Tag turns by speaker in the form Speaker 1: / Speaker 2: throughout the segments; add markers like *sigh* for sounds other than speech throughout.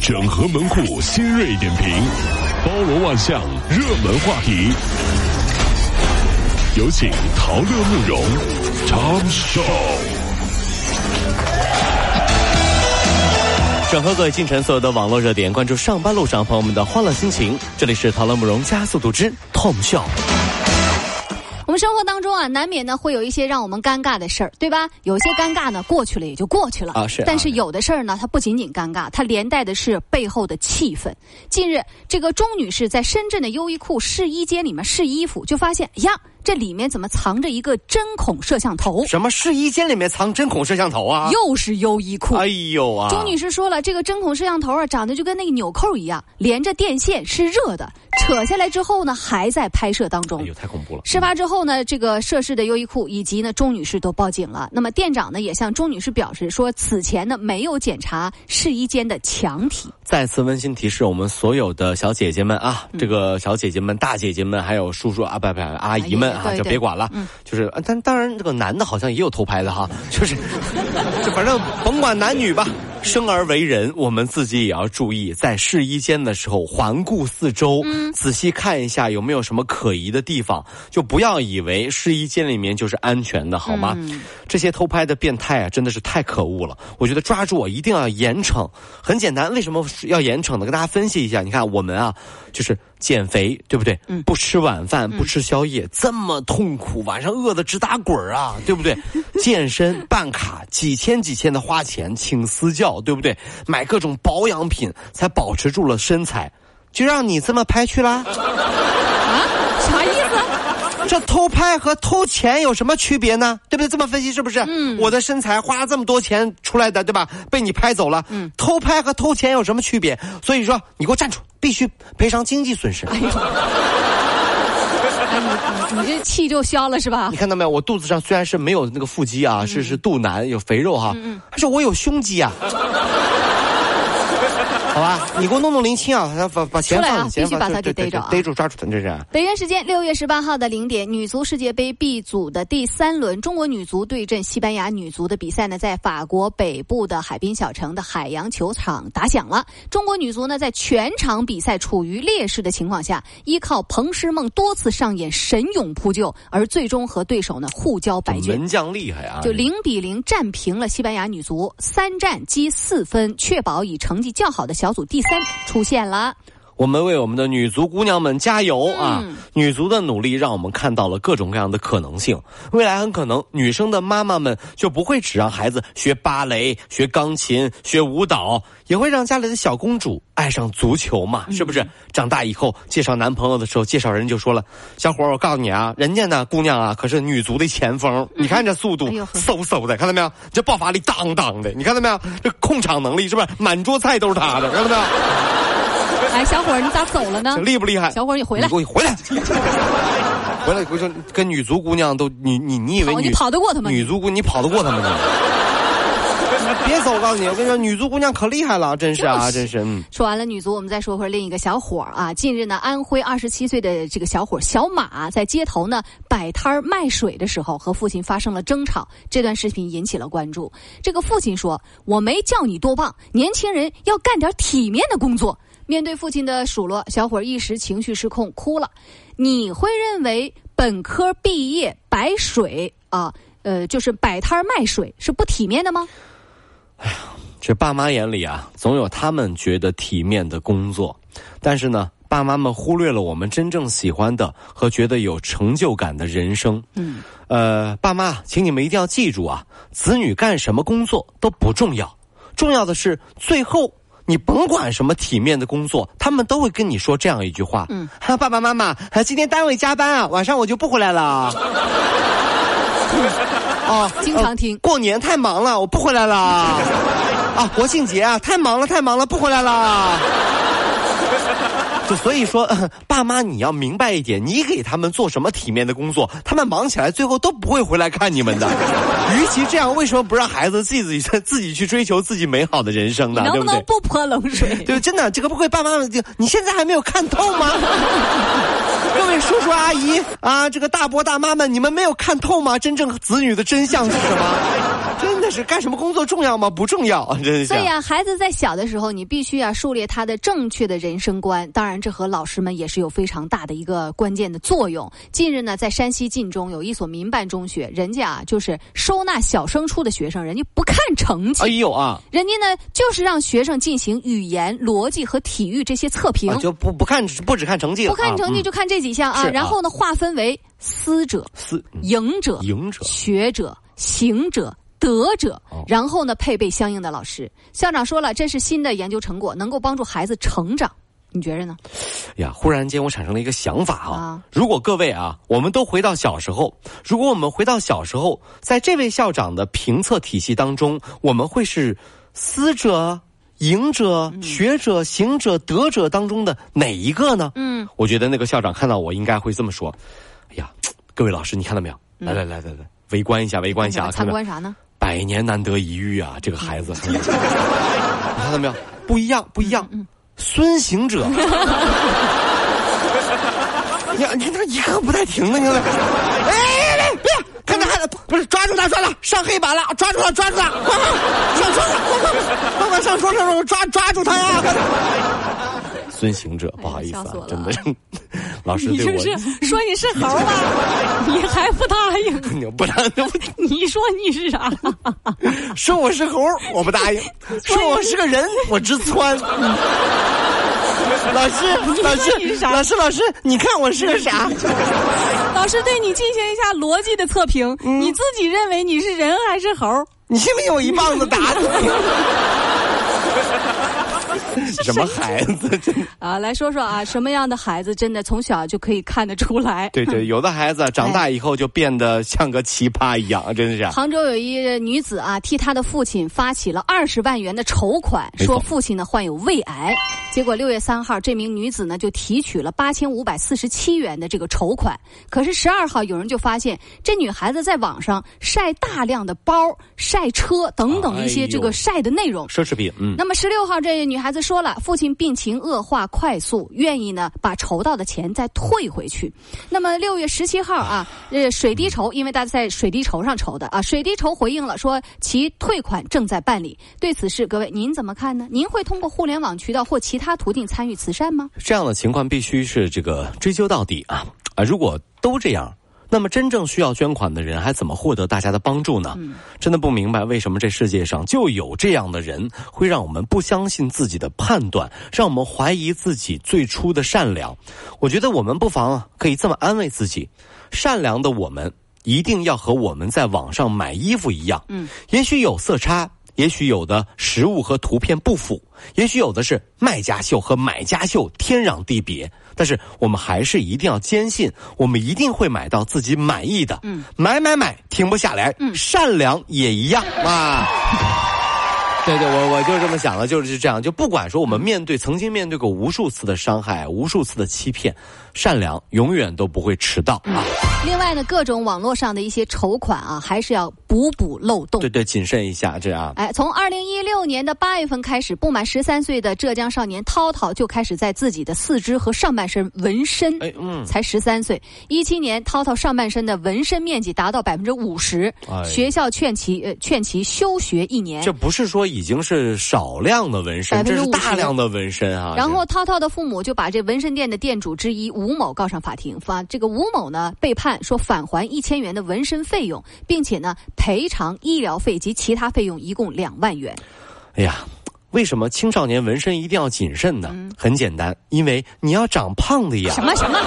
Speaker 1: 整合门户新锐点评，包罗万象，热门话题。有请陶乐慕容长寿。
Speaker 2: 整合各位清晨所有的网络热点，关注上班路上朋友们的欢乐心情。这里是《陶乐慕容加速度之 Tom Show》。
Speaker 3: 我们生活当中啊，难免呢会有一些让我们尴尬的事儿，对吧？有些尴尬呢过去了也就过去了
Speaker 2: 啊是啊
Speaker 3: 但是有的事儿呢，它不仅仅尴尬，它连带的是背后的气氛。近日，这个钟女士在深圳的优衣库试衣间里面试衣服，就发现呀，这里面怎么藏着一个针孔摄像头？
Speaker 2: 什么试衣间里面藏针孔摄像头啊？
Speaker 3: 又是优衣库。
Speaker 2: 哎呦啊！
Speaker 3: 钟女士说了，这个针孔摄像头啊，长得就跟那个纽扣一样，连着电线是热的，扯下来之后呢，还在拍摄当
Speaker 2: 哎
Speaker 3: 中
Speaker 2: 呦，。太恐怖了！
Speaker 3: 事发之后呢，这个涉事的优衣库以及呢钟女士都报警了。那么店长呢也向钟女士表示说，此前呢没有检查试衣间的墙体。
Speaker 2: 再次温馨提示我们所有的小姐姐们啊，
Speaker 3: 嗯
Speaker 2: 这个小姐姐们、大姐姐们，还有叔叔啊，不不阿姨们啊，
Speaker 3: 阿姨对
Speaker 2: 就
Speaker 3: 对嗯
Speaker 2: 别管了。就是，呃但当然，这个男的好像也有偷拍的哈， *laughs* 就是，就反正甭管男女吧。生而为人，我们自己也要注意，在试衣间的时候环顾四周，
Speaker 3: 嗯
Speaker 2: 仔细看一下有没有什么可疑的地方，就不要以为试衣间里面就是安全的，好吗？
Speaker 3: 嗯
Speaker 2: 这些偷拍的变态啊，真的是太可恶了！我觉得抓住我一定要严惩。很简单，为什么要严惩呢？跟大家分析一下。你看我们啊，就是减肥，对不对？不吃晚饭，不吃宵夜，这么痛苦，晚上饿得直打滚儿啊，对不对？健身办卡，几千几千的花钱，请私教，对不对？买各种保养品，才保持住了身材。就让你这么拍去啦？
Speaker 3: 啊啥意思？
Speaker 2: 这偷拍和偷钱有什么区别呢？对不对？这么分析是不是？嗯，我的身材花这么多钱出来的，对吧？被你拍走了，嗯，偷拍和偷钱有什么区别？所以说，你给我站住，必须赔偿经济损失。
Speaker 3: 你你这气就消了是吧
Speaker 2: 你？看到没有？我肚子上虽然是没有那个腹肌啊，
Speaker 3: 嗯
Speaker 2: 是是肚腩有肥肉哈、但是我有胸肌啊。 *laughs* 好吧，你给我弄弄林青啊，把把钱
Speaker 3: 出来啊
Speaker 2: 放，钱
Speaker 3: 必须
Speaker 2: 放
Speaker 3: 把他
Speaker 2: 对
Speaker 3: 给
Speaker 2: 对
Speaker 3: 逮着啊
Speaker 2: 对逮住抓住他，这是。
Speaker 3: 北京时间六月十八号的零点，女足世界杯 B 组的第三轮，中国女足对阵西班牙女足的比赛呢，在法国北部的海滨小城的海洋球场打响了。中国女足呢，在全场比赛处于劣势的情况下，依靠彭诗梦多次上演神勇扑救，而最终和对手呢互交白卷。
Speaker 2: 门将厉害啊！
Speaker 3: 就零比零战平了西班牙女足，三战积四分，确保以成绩较好的小组第三出现了。
Speaker 2: 我们为我们的女足姑娘们加油啊！
Speaker 3: 嗯
Speaker 2: 女足的努力让我们看到了各种各样的可能性。未来很可能，女生的妈妈们就不会只让孩子学芭蕾、学钢琴、学舞蹈，也会让家里的小公主爱上足球嘛？
Speaker 3: 嗯
Speaker 2: 是不是？长大以后介绍男朋友的时候，介绍人就说了：“小伙儿，我告诉你啊，人家呢，姑娘啊，可是女足的前锋。你看这速度，
Speaker 3: 哎呦呵
Speaker 2: 嗖嗖的，看到没有？这爆发力当当的，你看到没有？这控场能力是不是满桌菜都是她的？看到没有？”
Speaker 3: 哎，小伙儿，你咋走了呢？
Speaker 2: 厉不厉害？
Speaker 3: 啊小伙儿你回来
Speaker 2: 你给我回
Speaker 3: *laughs*
Speaker 2: 来！回来，我说跟女足姑娘都你你你以为
Speaker 3: 跑
Speaker 2: 女
Speaker 3: 你跑得过他们？
Speaker 2: 女足姑你跑得过她们吗？
Speaker 3: *laughs*
Speaker 2: 你别走，我告诉你，我跟你说，女足姑娘可厉害了，真是啊，真是，嗯，
Speaker 3: 说完了女足，我们再说回另一个小伙儿啊。近日呢，安徽二十七岁的这个小伙儿小马在街头呢摆摊儿卖水的时候，和父亲发生了争吵。这段视频引起了关注。这个父亲说：“我没叫你多棒，年轻人要干点体面的工作。”面对父亲的数落，小伙儿一时情绪失控，哭了。你会认为本科毕业摆水啊，呃，就是摆摊儿卖水是不体面的吗？
Speaker 2: 这爸妈眼里啊，总有他们觉得体面的工作，但是呢，爸妈们忽略了我们真正喜欢的和觉得有成就感的人生。嗯，呃，爸妈，请你们一定要记住啊，子女干什么工作都不重要，重要的是最后。你甭管什么体面的工作，他们都会跟你说这样一句话：“嗯，啊、爸爸妈妈，啊今天单位加班啊，晚上我就不回来了啊。哦，
Speaker 3: 经常听。
Speaker 2: 过年太忙了，我不回来了。
Speaker 3: *laughs*
Speaker 2: 啊，国庆节啊，太忙了，太忙了，不回来
Speaker 3: *laughs*
Speaker 2: 了。就所以说，呃爸妈你要明白一点，你给他们做什么体面的工作，他们忙起来最后都不会回来看你们
Speaker 3: *laughs*
Speaker 2: 的。与其这样，为什么不让孩子自己自己自己去追求自己美好的人生呢？
Speaker 3: 能不
Speaker 2: 对
Speaker 3: 能
Speaker 2: 不对？
Speaker 3: 不泼冷
Speaker 2: *laughs*
Speaker 3: 水？
Speaker 2: 对，真的，这个不会，爸妈们就，你现在还没有看透吗？各位叔叔阿姨啊，这个大伯大妈们，你们没有看透吗？真正子女的真相是什么？真的是干什么工作重要吗？不重要，真是这
Speaker 3: 所以
Speaker 2: 样。
Speaker 3: 啊，孩子在小的时候，你必须啊树立他的正确的人生观。当然，这和老师们也是有非常大的一个关键的作用。近日呢，在山西晋中有一所民办中学，人家啊就是收纳小升初的学生，人家不看成绩，
Speaker 2: 哎呦啊，
Speaker 3: 人家呢就是让学生进行语言、逻辑和体育这些测评，
Speaker 2: 啊就不不看不只看成绩了，
Speaker 3: 不看成绩
Speaker 2: 啊
Speaker 3: 就看这几项啊。
Speaker 2: 是啊
Speaker 3: 然后呢，划分为思者、
Speaker 2: 嗯四嗯
Speaker 3: 赢者、
Speaker 2: 赢者
Speaker 3: 学者、行者。德者
Speaker 2: 哦，
Speaker 3: 然后呢，配备相应的老师。校长说了，这是新的研究成果，能够帮助孩子成长。你觉着呢？
Speaker 2: 呀！忽然间我产生了一个想法哈、
Speaker 3: 啊
Speaker 2: 如果各位啊，我们都回到小时候，如果我们回到小时候，在这位校长的评测体系当中，我们会是思者、赢者、学者、行者、德者当中的哪一个呢？
Speaker 3: 嗯，
Speaker 2: 我觉得那个校长看到我应该会这么说：“哎呀，各位老师，你看到没有？来来来来来，围观一下，围观一下啊，看
Speaker 3: 参
Speaker 2: 到没有？
Speaker 3: 观啥呢？
Speaker 2: 百年难得一遇啊，这个孩子，*laughs*
Speaker 3: 嗯
Speaker 2: 你看到没有？不一样，不一样。孙行
Speaker 3: *laughs*
Speaker 2: 者，你你这一刻不带停的，你看，哎哎哎，别看这孩子，不是抓住他，抓住他，上黑板了，抓住他，抓住他，快快上桌上，快快上桌上，抓抓住他呀！快点孙行者，不好意思
Speaker 3: 哎哎呀
Speaker 2: 啊
Speaker 3: 笑死我，了
Speaker 2: 真的，老师
Speaker 4: 你
Speaker 2: 对
Speaker 4: 这
Speaker 2: 我
Speaker 4: 是说你是猴吧？你还不答应？ *laughs*
Speaker 2: 你不答应，
Speaker 4: 你说你是啥？
Speaker 2: *laughs* 说我是猴，我不答应； *laughs* 说我是个人，我直 *laughs* 窜。老师，老
Speaker 4: 你是
Speaker 2: 师，
Speaker 4: 啥
Speaker 2: 老师，老师，你看我是个啥？
Speaker 4: 老师对你进行一下逻辑的测评，
Speaker 3: 嗯
Speaker 4: 你自己认为你是人还是猴？
Speaker 2: 你信不信我一棒子打你？ *laughs* 什么孩子？真的
Speaker 4: 啊，来说说啊，什么样的孩子真的从小就可以看得出来？
Speaker 2: 对对，有的孩子长大以后就变得像个奇葩一样，真是啊。
Speaker 3: 杭州有一女子啊，替她的父亲发起了二十万元的筹款，
Speaker 2: 没错
Speaker 3: 说父亲呢患有胃癌。结果六月三号，这名女子呢就提取了八千五百四十七元的这个筹款。可是十二号，有人就发现这女孩子在网上晒大量的包、晒车等等一
Speaker 2: 哎
Speaker 3: 些
Speaker 2: 呦
Speaker 3: 这个晒的内容。
Speaker 2: 奢侈品，嗯，
Speaker 3: 那么十六号，这女孩子说了，父亲病情恶化快速，愿意呢把筹到的钱再退回去。那么六月十七号啊，呃，水滴筹，因为大家在水滴筹上筹的啊，水滴筹回应了说其退款正在办理。对此事，各位您怎么看呢？您会通过互联网渠道或其他途径参与慈善吗？
Speaker 2: 这样的情况必须是这个追究到底啊啊！如果都这样，那么真正需要捐款的人还怎么获得大家的帮助呢？真的不明白为什么这世界上就有这样的人，会让我们不相信自己的判断，让我们怀疑自己最初的善良。我觉得我们不妨啊，可以这么安慰自己：善良的我们一定要和我们在网上买衣服一样，嗯，也许有色差。也许有的实物和图片不符，也许有的是卖家秀和买家秀天壤地别，但是我们还是一定要坚信，我们一定会买到自己满意的。嗯，买买买，停不下来。嗯，善良也一样啊。对对，我我就这么想了，就是这样。就不管说我们面对曾经面对过无数次的伤害、无数次的欺骗，善良永远都不会迟到啊！
Speaker 3: 另外呢，各种网络上的一些筹款啊，还是要补补漏洞
Speaker 2: 对。对，谨慎一下，这样。
Speaker 3: 哎，从二零一六年的八月份开始，不满十三岁的浙江少年涛涛就开始在自己的四肢和上半身纹身。
Speaker 2: 哎，嗯，
Speaker 3: 才十三岁，一七年涛涛上半身的纹身面积达到百分之五十
Speaker 2: 哎，
Speaker 3: 学校劝其呃劝其休学一年
Speaker 2: 这。不是说已经是少量的纹身，这是大量的纹身啊！
Speaker 3: 然后涛涛的父母就把这纹身店的店主之一吴某告上法庭，发这个吴某呢被判说返还一千元的纹身费用，并且呢赔偿医疗费及其他费用一共两万元。
Speaker 2: 哎呀，为什么青少年纹身一定要谨慎呢？
Speaker 3: 嗯
Speaker 2: 很简单，因为你要长胖的呀。
Speaker 3: 什么什么？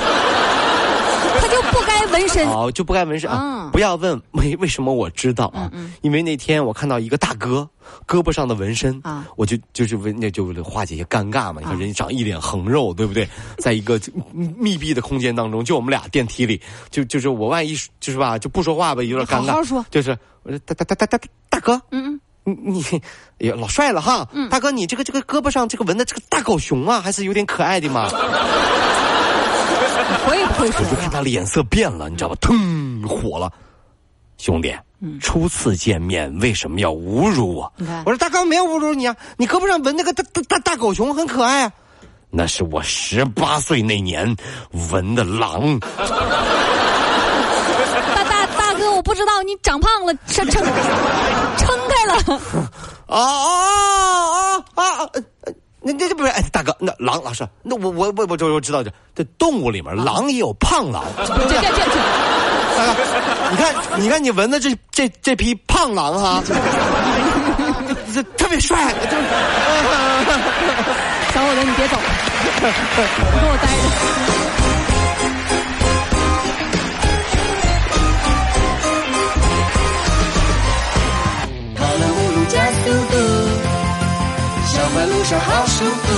Speaker 3: 他就不该纹 *laughs* 身。
Speaker 2: 哦，就不该纹身啊！
Speaker 3: 嗯
Speaker 2: 不要问为为什么我知道啊，因为那天我看到一个大哥胳膊上的纹身
Speaker 3: 啊
Speaker 2: 我就就是为那就为了化解一些尴尬嘛。你看人家长一脸横肉，对不对？在一个嗯密闭的空间当中，就我们俩电梯里，就就是我万一就是吧，就不说话吧，有点尴尬。
Speaker 4: 好好说，
Speaker 2: 就是我说大大大大大大哥，嗯嗯。你你哎呀，老帅了哈，大哥，你这个这个胳膊上这个纹的这个大狗熊啊，还是有点可爱的嘛。
Speaker 4: 会不会说
Speaker 2: 我就看他脸色变了，你知道吧？腾火了，兄弟，初次见面为什么要侮辱我？
Speaker 3: 嗯你看
Speaker 2: 我说大哥没有侮辱你啊，你胳膊上纹那个大大大大狗熊很可爱啊。那是我十八岁那年纹的狼，
Speaker 3: 大大大哥，我不不知道你长胖了，撑撑撑开了。
Speaker 2: 啊啊啊啊！呃呃那那这不是哎，大哥，那狼老师，那我我我我就我知道这这动物里面狼也有胖狼，
Speaker 3: 啊这这这这，
Speaker 2: 大哥， *laughs* 你看你看你闻的这这这批胖狼哈， *laughs* 这这特别帅，就
Speaker 3: 小伙子你别走，跟我待着。
Speaker 5: 跑了五路加速度，上班路上好舒服。